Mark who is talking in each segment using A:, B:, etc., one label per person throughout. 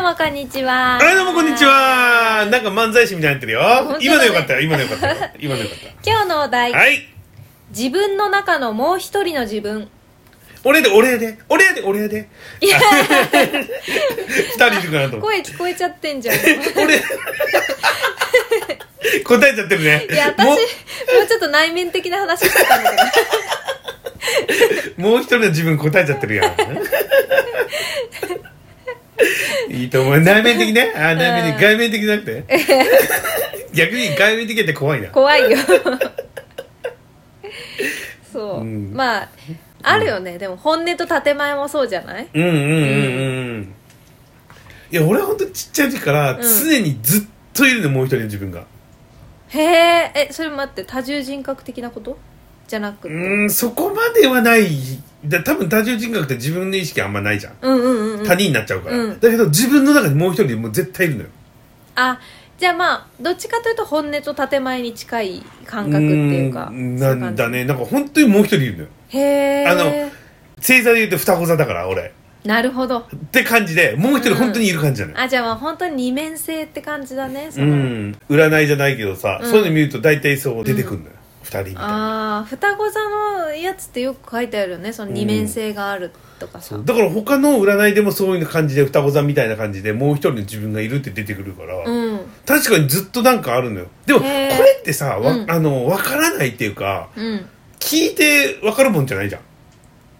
A: もこんにちは。
B: はい、どうもこんにち。は。なんか漫才師みたいになってるよ
A: 本当だ。ね
B: 今のよかったよ、今のよ かったよ。今のよかっ
A: 今日のお題、
B: た。はい。
A: 自分の中のもう一人の自分。
B: 俺で、俺で、俺で、俺で。
A: いや、
B: 二人いるかなと思っ
A: 声聞こえちゃってんじゃん。い
B: て。俺。答えちゃってるね。
A: や、私、も
B: も
A: うちょっと内面的な話してたんだけど。
B: う、もう一人の自分答えちゃってる やん。いいと思う。内面的ね。あ、内面
A: うん
B: 的。外面的じゃなく て。逆に外面的やって怖 いな。
A: 怖いよ。そう。
B: うん
A: まあ、あるよね。でも、本音と建前もそうじゃない
B: うんうんうんうん。いや、俺はほんとちっちゃい時から
A: ん
B: 常にずっといるの、もう一人の自分が。
A: へえ、え、それ待って、多重人格的なことじゃなく
B: う
A: て。
B: ーん、そこまではない。だ多分多重人格って自分の意識あんまないじゃん。
A: うんうんうんうん。
B: 他人になっちゃうから。
A: うん
B: だけど自分の中にもう一人もう絶対いるのよ。
A: あじゃあまあどっちかというと本音と建前に近い感覚っていうか
B: ー
A: そうい
B: ん
A: う感じ
B: なんだね。なんか本当にもう一人いるのよ。
A: へえ
B: あの星座で言うと双子座だから、俺。
A: なるほど
B: って感じで、もう一人本当にいる感じなのよ。
A: あじゃあまあ本当に二面性って感じだねそ
B: うん、
A: の、
B: 占いじゃないけどさ、
A: うん
B: そういうの見ると大体そう出てくるのよ。二、人みたいな。
A: ああ双子座のやつってよく書いてあるよねその二面性があるとかさ、
B: そうだから他の占いでもそういう感じで双子座みたいな感じでもう一人の自分がいるって出てくるから、
A: うん
B: 確かにずっとなんかあるのよでもこ
A: へー
B: れってさ、わ
A: うん
B: あのわからないっていうか
A: うん
B: 聞いてわかるもんじゃないじゃん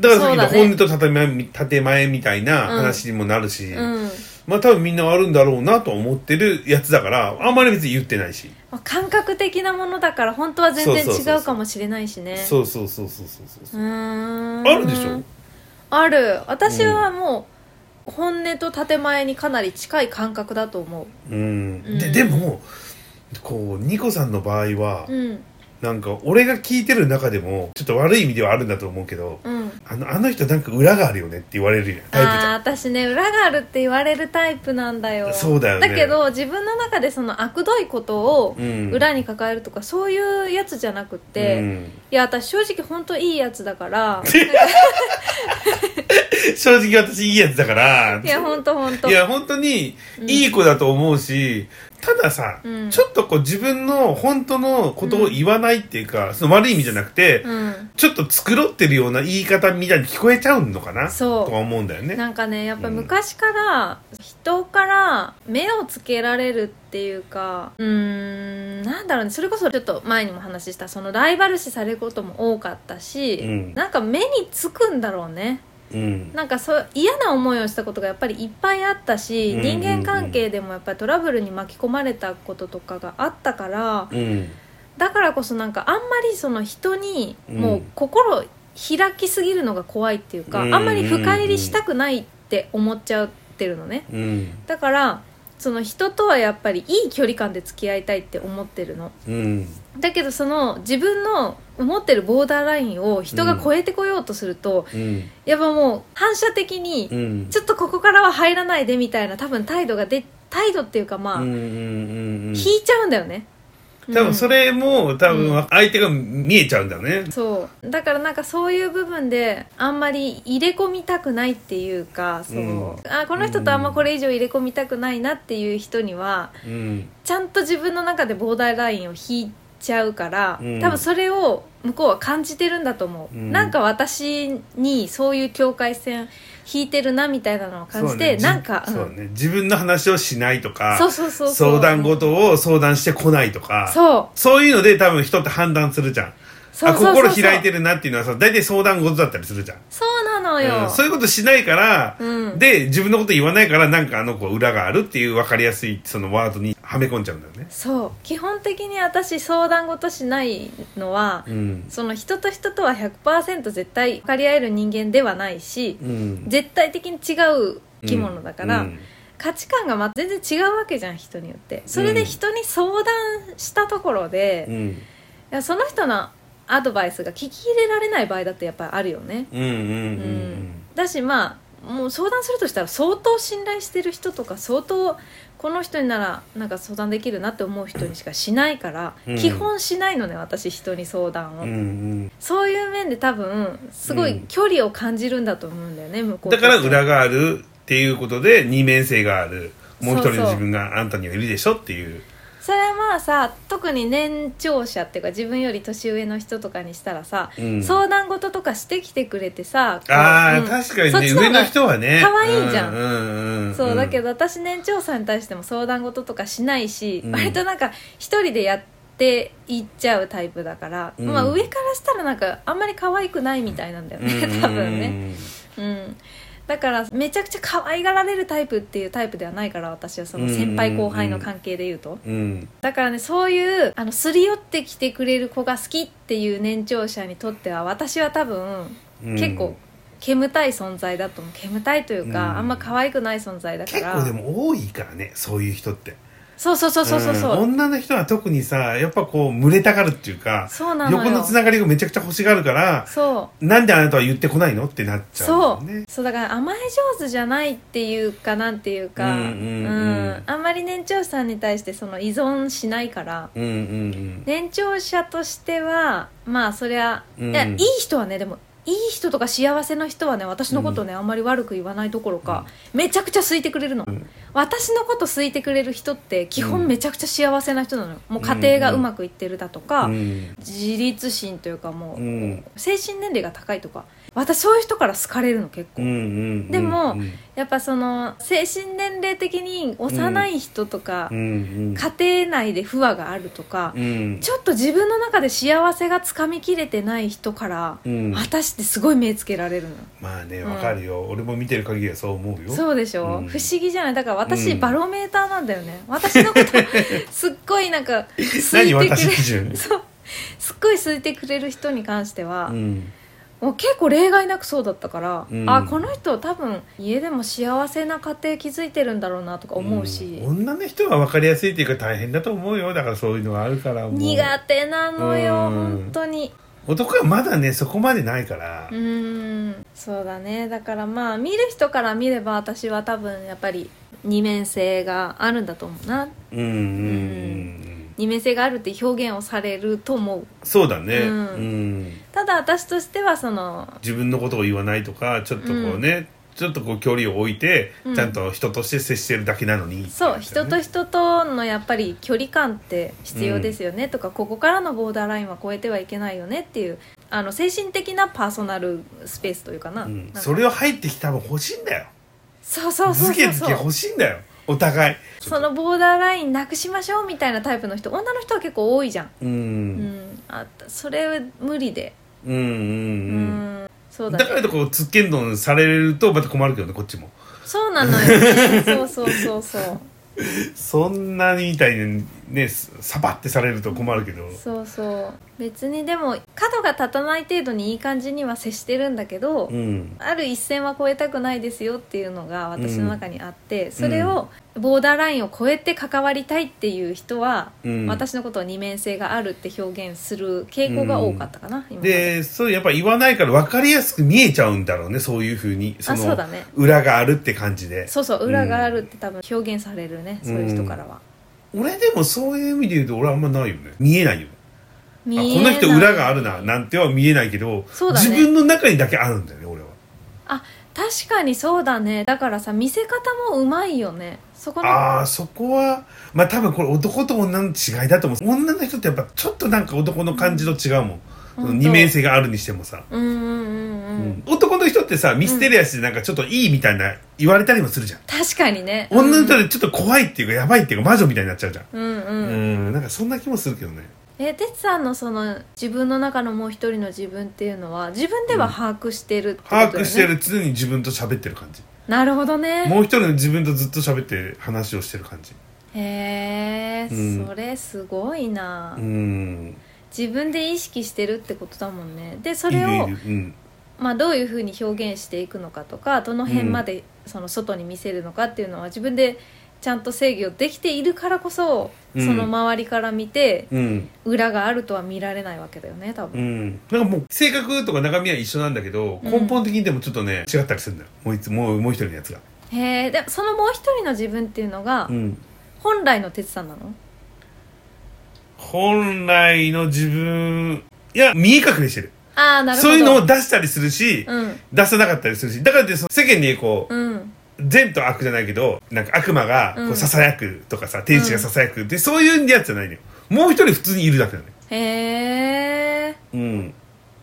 B: だからさっきの
A: そうだね
B: 本音と建前み建前みたいな話にもなるし、
A: うん
B: まあ多分みんなあるんだろうなと思ってるやつだからあんまり別に言ってないし、
A: まあ感覚的なものだから本当は全然
B: そうそうそうそう
A: 違うかもしれないしね
B: そうそうそうそうそうそう
A: うーん
B: あるでしょ
A: ある私はもう本音と建前にかなり近い感覚だと思
B: うん、
A: う
B: で
A: ん
B: でもこうニコさんの場合は、
A: ううん
B: なんか俺が聞いてる中でもちょっと悪い意味ではあるんだと思うけど
A: うん
B: あのあの人なんか裏があるよねって言われるよタイプじ
A: あ
B: ゃ
A: あー
B: ん
A: 私ね裏があるって言われるタイプなんだよ
B: そうだよね
A: けど自分の中でその悪どいことを
B: うん
A: 裏に抱えるとか、そういうやつじゃなくって、
B: う
A: い
B: ん
A: や私正直本当いいやつだから
B: 正直私いいやつだから
A: いや本当本当
B: いや本当にいい子だと思うし、たださ、
A: うん
B: ちょっとこう自分の本当のことを言わないっていうか、その悪い意味じゃなくて、
A: うん
B: ちょっと繕ってるような言い方みたいに聞こえちゃうのかな
A: そう
B: とは思うんだよね。
A: なんかねやっぱ昔から人から目をつけられるっていうかうーんなんだろうねそれこそちょっと前にも話したそのライバル視されることも多かったし、
B: うん
A: なんか目につくんだろうね
B: うん
A: なんかそう嫌な思いをしたことがやっぱりいっぱいあったし、
B: うんうんうん
A: 人間関係でもやっぱりトラブルに巻き込まれたこととかがあったから
B: うん
A: だからこそなんかあんまりその人に
B: うん
A: もう心開きすぎるのが怖いっていうか、
B: うんうんうん
A: あんまり深入りしたくないって思っちゃってるのね
B: うん
A: だからその人とはやっぱりいい距離感で付き合いたいって思ってるの
B: うん
A: だけどその自分の思ってるボーダーラインを人が超えてこようとすると、
B: うん
A: やっぱもう反射的に
B: うん
A: ちょっとここからは入らないでみたいな多分態度がで態度っていうかまあ、
B: うんうんうんうん
A: 引いちゃうんだよね
B: 多分そ
A: れ、
B: れも多
A: う
B: 分相手が見えちゃうんだよね
A: うん。そうだからなんかそういう部分であんまり入れ込みたくないっていうかそう、
B: うん
A: あこの人とあんまこれ以上入れ込みたくないなっていう人には
B: うん
A: ちゃんと自分の中でボーダーラインを引いちゃうから、
B: うん
A: 多分それを向こうは感じてるんだと思う、
B: うん
A: なんか私にそういう境界線引いてるなみたいなのを感じて、
B: そうね
A: なんか、
B: じ
A: ん
B: そうね自分の話をしないとか
A: そうそうそうそう
B: 相談事を相談してこないとか
A: そう
B: そういうので多分人って判断するじゃん
A: そうそうそうそう
B: あ心開いてるなっていうのはさ大体相談事だったりするじゃん、
A: そうなのよ、
B: うんそういうことしないから、
A: うん
B: で自分のこと言わないからなんかあの子裏があるっていう分かりやすいそのワードにはめ込んじゃうんだよね。
A: そう基本的に私相談事しないのは、
B: うん
A: その人と人とは100%絶対分かり合える人間ではないし、
B: うん
A: 絶対的に違う生き物だから、
B: うん
A: 価値観がま全然違うわけじゃん人によってそれで人に相談したところで、
B: う
A: い
B: ん
A: やその人のアドバイスが聞き入れられない場合だってやっぱりあるよね、
B: うんうん
A: う
B: うんうん
A: だしまあもう相談するとしたら相当信頼してる人とか相当この人にならなんか相談できるなって思う人にしかしないから、
B: うん
A: 基本しないのね私人に相談を、
B: うんうん
A: そういう面で多分すごい距離を感じるんだと思うんだよね向こうと
B: だ
A: して
B: から裏があるっていうことで二面性があるもう一人
A: そうそ
B: の
A: う
B: 自分があんたにはいるでしょっていう
A: それはまあさ特に年長者っていうか自分より年上の人とかにしたらさ、
B: うん
A: 相談事とかしてきてくれてさこう
B: ああ、
A: うん
B: 確かに
A: そっ
B: ね
A: ちの方
B: 上
A: が
B: の人はね
A: 可愛いじゃん
B: うんうんうん、
A: そう、だけ
B: ど
A: ど私年長さんに対しても相談事とかしないし、
B: うん
A: 割となんか一人でやっていっちゃうタイプだから、
B: うん
A: まあ上からしたらなんかあんまり可愛くないみたいなんだよね、 多分ねうんだからめちゃくちゃ可愛がられるタイプっていうタイプではないから私はその先輩後輩の関係で言うと、
B: うん
A: だからねそういうあのすり寄ってきてくれる子が好きっていう年長者にとっては私は多分
B: うん
A: 結構煙たい存在だと思う煙たいというか、
B: うん
A: あんま可愛くない存在だか
B: 結
A: ら
B: 構でも多いからねそういう人って
A: そうそうそうそうそうそう、
B: ん女の人は特にさやっぱこう群れたがるっていうか
A: そうなのよ
B: 横のつながりがめちゃくちゃ欲しがるから
A: そう
B: なんであなたは言ってこないのってなっちゃ
A: そうう,、
B: んだよね
A: そうだから甘え上手じゃないっていうかなんていうか、
B: うんうんうん
A: あんまり年長さんに対してその依存しないから
B: うんうん
A: 年長者としてはまあそりゃ、
B: うん
A: いやいい人はねでもいい人とか幸せの人はね私のことをね、あんまり悪く言わないどころか、めちゃくちゃ好いてくれるの、
B: ん
A: 私のこと好いてくれる人って基
B: う
A: 本
B: ん
A: めちゃくちゃ幸せな人なのよもう家庭がうまくいってるだとか、
B: うん
A: 自立心というかもう、
B: うん
A: 精神年齢が高いとか私そういう人から好かれるの結構、
B: うんうん
A: でも
B: うん
A: やっぱその精神年齢的に幼い人とか、
B: うん
A: 家庭内で不和があるとか、
B: うん
A: ちょっと自分の中で幸せがつかみきれてない人から、
B: うん
A: 私ってすごい目つけられるの
B: まあねわかるよ俺も見てる限りはそう思うよ
A: そうでしょ、
B: うん
A: 不思議じゃないだから私、
B: うん
A: バロメーターなんだよね私 のことすっごいなんかす
B: 何私基準
A: そうすっごいすいてくれる人に関しては、
B: うん
A: もう結構例外なくそうだったから、
B: うん
A: あこの人多分家でも幸せな家庭築いてるんだろうなとか思うし、
B: ん女の人は分かりやすいっていうか大変だと思うよだからそういうのがあるからもう
A: 苦手なのよ、
B: うん
A: 本当に
B: 男はまだねそこまでないから
A: うーんそうだねだからまあ見る人から見れば私は多分やっぱり二面性があるんだと思うな
B: うんうんうんう
A: うん二面性があるって表現をされると思う
B: そうだね
A: うん
B: うん
A: ただ私としてはその
B: 自分のことを言わないとかちょっとこうね、ちょっとこう距離を置いて、
A: うん
B: ちゃんと人として接してるだけなのに
A: そう人と人とのやっぱり距離感って必要ですよねとか、ここからのボーダーラインは越えてはいけないよねっていうあの精神的なパーソナルスペースというかな,、
B: うん
A: なんか
B: それを入ってきたら欲しいんだよ
A: そうそうそう
B: ズケ
A: そう
B: ズ
A: そ
B: ケ
A: う
B: 欲しいんだよお互い
A: そのボーダーラインなくしましょうみたいなタイプの人女の人は結構多いじゃん、
B: うん
A: うんあそれ無理で
B: うんうん
A: うん、
B: うん
A: そうだ
B: だ
A: ね
B: からこうつっけんどんされるとまた困るけどねこっちも
A: そうなのよねそうそうそうそう
B: そんなにみたいにねサバってされると困るけど
A: そうそう別にでも角が立たない程度にいい感じには接してるんだけど、
B: うん
A: ある一線は越えたくないですよっていうのが私の中にあって、それをボーダーラインを越えて関わりたいっていう人は、
B: うん
A: 私のことを二面性があるって表現する傾向が多かったかな、今まで
B: でそうやっぱ言わないから分かりやすく見えちゃうんだろうねそういうふうにそ
A: あそう
B: の
A: だね
B: 裏があるって感じで
A: そうそう裏があるって多分表現されるね、そういう人からは、
B: 俺でもそういう意味で言うと俺あんまないよね見えないよねあ
A: 見え
B: この
A: ない
B: 人裏があるななんては見えないけど、
A: そうだね
B: 自分の中にだけあるんだよね俺は
A: あ確かにそうだねだからさ見せ方もうまいよねそこの
B: ああそこはまあ多分これ男と女の違いだと思う女の人ってやっぱちょっとなんか男の感じと違うもん、その
A: 本当
B: 二面性があるにしてもさ、
A: うんうんうんうん、
B: 男の人ってさミステリアスでなんかちょっといいみたいな言われたりもするじゃん、
A: 確かにね
B: 女の人ってちょっと怖いっていうかやばいっていうか魔女みたいになっちゃうじゃん
A: うんう、
B: うんんなんかそんな気もするけどね
A: え哲さんのその自分の中のもう一人の自分っていうのは自分では把握してるってことだよ
B: 把
A: ね、
B: 握してる常に自分と喋ってる感じ
A: なるほどね
B: もう一人の自分とずっと喋って話をしてる感じ
A: へえ、
B: うん
A: それすごいな、
B: うん
A: 自分で意識してるってことだもんねでそ
B: いる
A: れ
B: い
A: を
B: るうん
A: まあ、どういうふうに表現していくのかとかどの辺までその外に見せるのかっていうのは自分でちゃんと制御できているからこそ、
B: うん
A: その周りから見て
B: うん
A: 裏があるとは見られないわけだよね多
B: う
A: 分、
B: ん、なんかもう性格とか中身は一緒なんだけど、
A: うん
B: 根本的にでもちょっとね違ったりするんだよもういつもうもう一人のやつが、
A: へえでそのもう一人の自分っていうのが
B: うん、
A: 本来の哲さんなの
B: 本来の自分いや見え隠れしてる
A: ああなるほ
B: そ
A: ど
B: ういうのを出したりするし、
A: うん
B: 出さなかったりするしだからってその世間にこう、
A: うん
B: 善と悪じゃないけどなんか悪魔が
A: う
B: こ
A: ん
B: うささやくとかさ、天使がささやくってそういうやつじゃないのよもう一人普通にいるだけなのよ
A: へえ
B: うん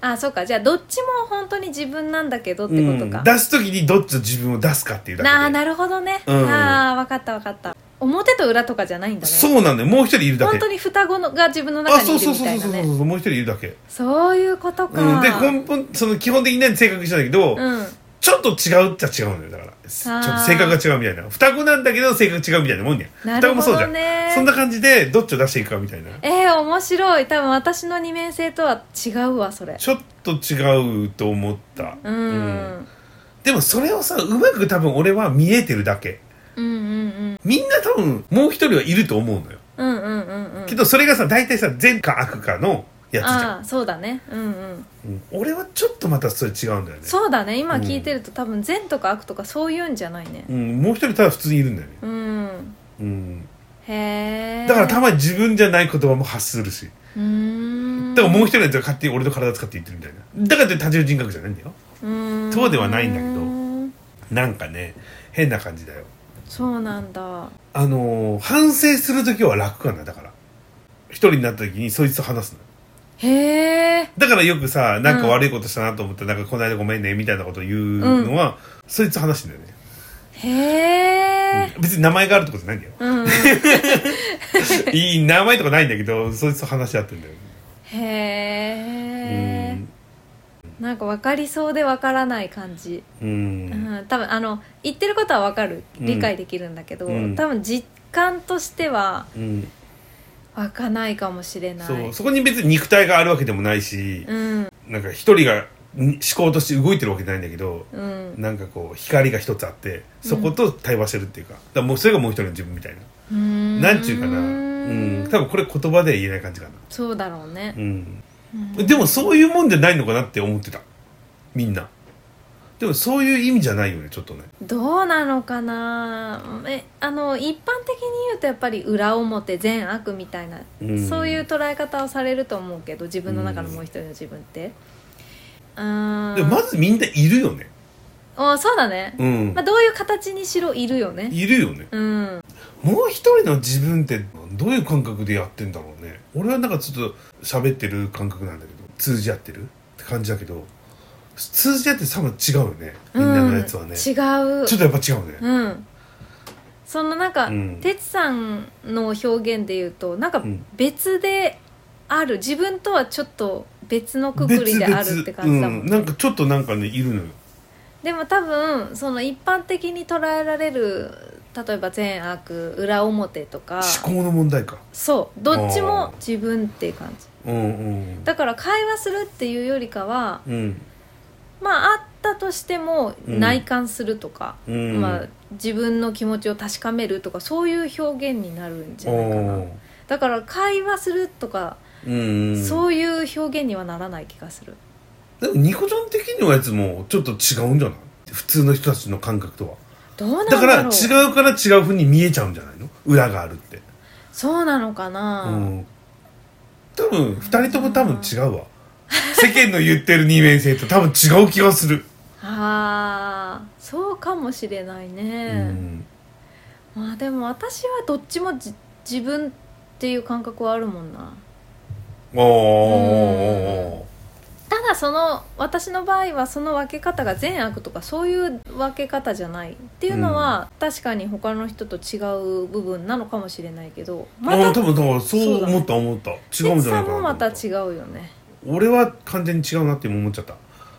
A: あそうかじゃあどっちも本当に自分なんだけどってことか、
B: うん出す時にどっちの自分を出すかっていうだけで
A: なあなるほどね、
B: うん
A: ああ分かった分かった表と裏とかじゃないんだね
B: そうなんだよもう一人いるだけ
A: 本当に双子のが自分の
B: あ
A: 中
B: そ
A: にい
B: う
A: る
B: そう
A: みた
B: そうそ
A: いうな
B: そ
A: ね
B: うそうもう一人いるだけ、
A: そういうことか、
B: うん、で根本その基本的な性格一緒だけど、
A: うん
B: ちょっと違うっちゃ違うのよだからちょっと性格が違うみたいな双子なんだけど性格違うみたいなもんね
A: なる
B: 双子
A: ほ
B: もそうじゃ
A: ど
B: ん
A: ね
B: そんな感じでどっちを出していくかみたいな
A: えー、面白い多分私の二面性とは違うわそれ
B: ちょっと違うと思った、
A: うん、うん、
B: でもそれをさうまく多分俺は見えてるだけ
A: うんうん
B: みんな多分もう一人はいると思うのよ、
A: うんうんうんうんうん
B: けどそれがさ大体さ善か悪かのやつじゃん、
A: ああそうだねうんうん
B: うん俺はちょっとまたそれ違うんだよね
A: そうだね今聞いてると、多分善とか悪とかそういうんじゃないね
B: うん、もう一人ただ普通にいるんだよね、
A: うん
B: うん、
A: へえ
B: だからたまに自分じゃない言葉も発するし
A: うーん
B: だからもう一人のやつが勝手に俺の体使って言ってるみたいなだからって多重人格じゃないんだよ
A: うーん
B: そうではないんだけどなんかね変な感じだよ
A: そうなんだ
B: あのー反省する時は楽かなだから一人になった時にそいつと話すの
A: へえ
B: だからよくさなんか
A: うん
B: 悪いことしたなと思って、なんかこの間ごめんねみたいなこと言うのは、そいつと話してんだよね、
A: へえ、
B: うん別に名前があるとかじゃないんだよ
A: うんうん、
B: いい名前とかないんだけどそいつと話し合ってんだよね、
A: へえ
B: うん
A: なんか分かりそうで分からない感じ、
B: う、
A: うんん、多分あの言ってることは分かる
B: うん
A: 理解できるんだけど、
B: うん
A: 多分実感としては
B: うん、
A: 湧かないかもしれない
B: そうそこに別に肉体があるわけでもないし、
A: うん
B: なんか一人がん思考として動いてるわけじゃないんだけど、
A: うん
B: なんかこう光が一つあってそこと対話してるっていうか,、だからもうそれがもう一人の自分みたいな、
A: うん
B: なんちゅうかな、うん、多分これ言葉で言えない感じかな、
A: そうだろうね
B: う、
A: う
B: ん、
A: ん
B: でもそういうもんじゃないのかなって思ってたみんなでもそういう意味じゃないよねちょっとね
A: どうなのかなえあの一般的に言うとやっぱり裏表善悪みたいな、
B: うん
A: そういう捉え方をされると思うけど自分の中のもう一人の自分ってうん
B: でもまずみんないるよね
A: おそうだね、
B: うん
A: まあ、どういう形にしろいるよね
B: いるよね
A: うん
B: もう一人の自分ってどういう感覚でやってんだろうね俺はなんかちょっと喋ってる感覚なんだけど通じ合ってるって感じだけど通じ合って多分違うよねみんなのやつはね、
A: うん
B: ちょ
A: 違う
B: っとやっぱ違うね、
A: うんそのなんか
B: うん
A: 哲、さんの表現で言うとなんか
B: うん
A: 別である自分とはちょっと別のくくりであるって感じだもんね、
B: うん、なんかちょっとなんかねいるのよ
A: でも多分その一般的に捉えられる例えば善悪裏表とか
B: 思考の問題か
A: そうどっち
B: あ
A: も
B: ー
A: 自分っていう感じ
B: うんうん
A: だから会話するっていうよりかは
B: うん
A: まああったとしても
B: うん
A: 内観するとか、
B: うん
A: まあ、自分の気持ちを確かめるとかそういう表現になるんじゃないかな
B: おー
A: だから会話するとか、
B: うんうん
A: そういう表現にはならない気がする
B: でもニコちゃん的にはやつもちょっと違うんじゃない普通の人たちの感覚とは
A: どうなんだ
B: だ
A: ろう
B: から違うから違うふうに見えちゃうんじゃないの裏があるって
A: そうなのかな、
B: うん多分2人とも多分違うわ世間の言ってる二面性と多分違う気がする、
A: ああそうかもしれないね、まあでも私はどっちもじ自分っていう感覚はあるもんな
B: うんおー
A: ただその私の場合はその分け方が善悪とかそういう分け方じゃないっていうのは、確かに他の人と違う部分なのかもしれないけど
B: あー
A: ま
B: あー
A: た
B: 多分だからそ
A: そう
B: う
A: だね
B: 思った思った違うん
A: 哲
B: じゃ
A: さ
B: ない
A: ん
B: かな
A: も
B: と思
A: ま
B: った
A: 違うよね
B: 俺は完全に違うなって今思っちゃった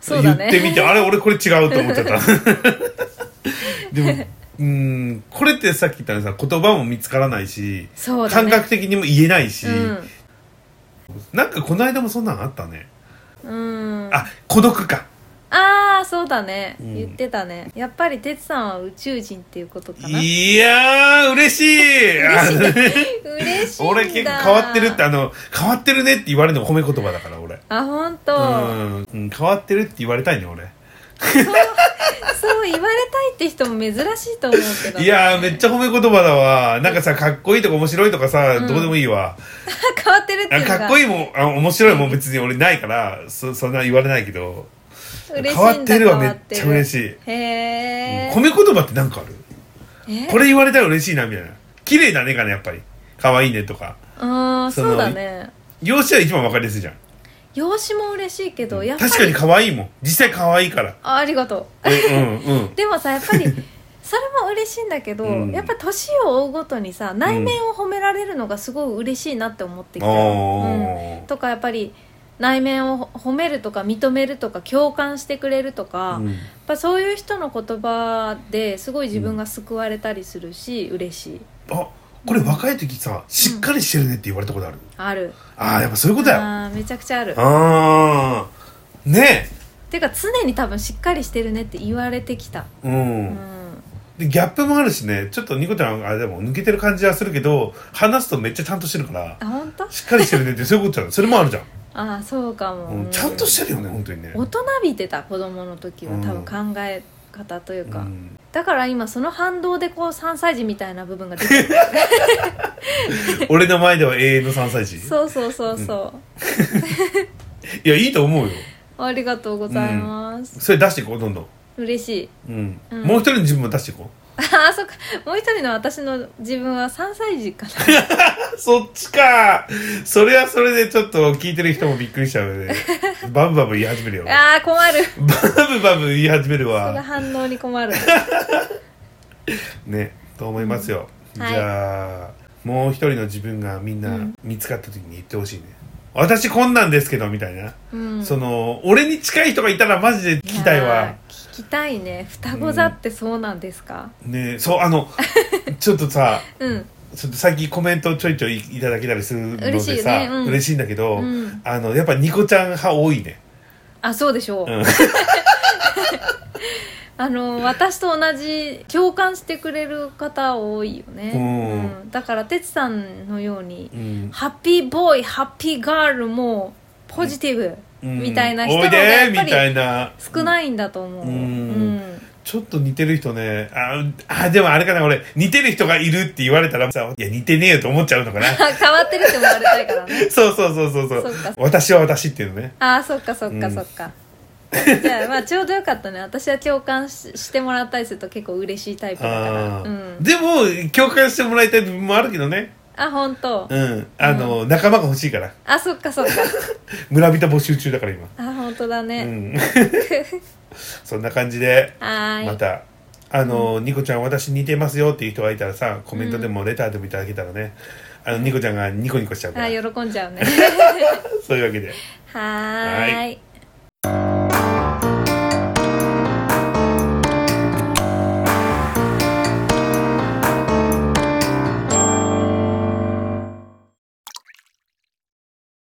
A: そうだね
B: 言ってみてあれ俺これ違うと思っちゃった でもうーんこれってさっき言ったようにさ言葉も見つからないし、
A: そうだ
B: 感
A: ね
B: 覚的にも言えないし、
A: う
B: なんかこの間もそんなのあったね、
A: ん、うん、
B: あ孤独か
A: ああそうだね、
B: うん
A: 言ってたねやっぱり哲さんは宇宙人っていうことかな嬉し
B: いやー嬉しい
A: いんだ
B: 俺結構変わってるってあの変わってるねって言われるのが褒め言葉だから俺
A: あ本当、
B: うん、うん、変わってるって言われたいね俺
A: そう言われたいって人も珍しいと思うけどね、
B: いやーめっちゃ褒め言葉だわなんかさかっこいいとか面白いとかさ、
A: うん
B: どうでもいいわ
A: 変わってるっていう
B: あ
A: のが
B: かっこいいもんあ面白いもん別に俺ないからそそんな言われないけど
A: 嬉しいんだ
B: 変わってるはめっちゃ嬉
A: し
B: し
A: い
B: い、
A: へえ、
B: 褒め言葉ってなんかある
A: え
B: これ言われたら嬉しいなみたいな綺麗だねかねやっぱり可愛いねとか
A: ああ
B: そ
A: そ
B: の
A: うだね
B: 容姿は一番わかりやすいじゃん
A: 容姿も嬉しいけど、やっぱり
B: 確かに可愛いもん実際可愛いから
A: あありがと
B: うんうんうん
A: うでもさやっ ぱりそれも嬉しいんだけど、
B: うん
A: やっぱ年を追うごとにさ内面を褒められるのがすごい嬉しいなって思ってき
B: あ
A: た、うん
B: ー
A: とかやっぱり内面を褒めるとか認めるとか共感してくれるとか、
B: う
A: やっ
B: ん
A: ぱそういう人の言葉ですごい自分が救われたりするし、嬉しい
B: あこれ若い時さしっかりしてるねって言われたことある、
A: ある
B: ああやっぱそういうことや
A: あーめちゃくちゃある
B: ああね
A: ていうか常に多分しっかりしてるねって言われてきた
B: えうん、
A: うん
B: でギャップもあるしねちょっとニコちゃんあれでも抜けてる感じはするけど話すとめっちゃちゃんとしてるから
A: あ本当
B: しっかりしてるねってそう いうことじゃんそれもあるじゃん、
A: ああそうかも、
B: うん、ちゃんとしてるよね本当にね
A: 大人びてた子供の時は多分考え方というか、
B: うん
A: だから今その反動でこう3歳児みたいな部分が出てくる
B: 俺の前では永遠の3歳児
A: そうそうそうそう、
B: いやいいと思うよ
A: ありがとうございます、
B: それ出していこうどんどん、
A: 嬉しい
B: うん
A: うん
B: もう一人の自分も出していこ
A: ああそっかもう一人の私の自分は3歳児かな
B: う そっちかそれはそれでちょっと聞いてる人もびっくりしちゃうねバブバブ言い始めるよバ
A: ああ困る
B: ブバブ言い始める
A: その
B: わ
A: 反応に困 る
B: ねと思いますよ、
A: うんはい
B: じゃあもう一人の自分がみんな見つかった時に言ってほしいね、私こんなんですけどみたいな、
A: うん
B: その俺に近い人がいたらマジで聞きたい
A: やー
B: わ
A: 聞きたいね双子座ってそうなんですか
B: ねそうあの ちょっとさ
A: うん
B: ちょっと最近コメントちょいちょいいただけたりするので
A: 嬉しいよ
B: さ
A: ねうん
B: 嬉しいんだけど、
A: うん
B: あのやっぱニコちゃん派多いね
A: あそうでしょう、
B: うん
A: あの私と同じ共感してくれる方多いよね、
B: うん
A: だから哲さんのように、
B: うん
A: ハッピーボーイハッピーガールもポジティブみたいな人
B: お
A: の
B: い
A: 方がや
B: で
A: っ
B: み
A: ぱり
B: たいな
A: 少ないんだと思う、
B: うん
A: うん
B: ちょっと似てる人ねああでもあれかな俺似てる人がいるって言われたらさいや似てねえよと思っちゃうのかな
A: 変わってるって思われたいからね
B: そうそうそうそうそう
A: そっか
B: 私は私っていうのね
A: ああそっかそっ
B: う
A: か
B: ん
A: そっか、じゃあまあちょうどよかったね私は共感ししてもらったりすると結構嬉しいタイプだからう
B: あー、
A: ん
B: でも共感してもらいたい部分もあるけどね
A: あ本当、
B: うんあの、仲間が欲しいから
A: あそっかそっか
B: 村人募集中だから今
A: あ本当だ
B: う
A: ね、
B: んそんな感じで
A: はーい
B: またあの、ニコちゃん私似てますよっていう人がいたらさコメントでもレターでもいただけたらね、あの ニコちゃんがニコニコしちゃうから
A: あ喜んじゃうね
B: そういうわけで
A: はーい
B: はー
A: い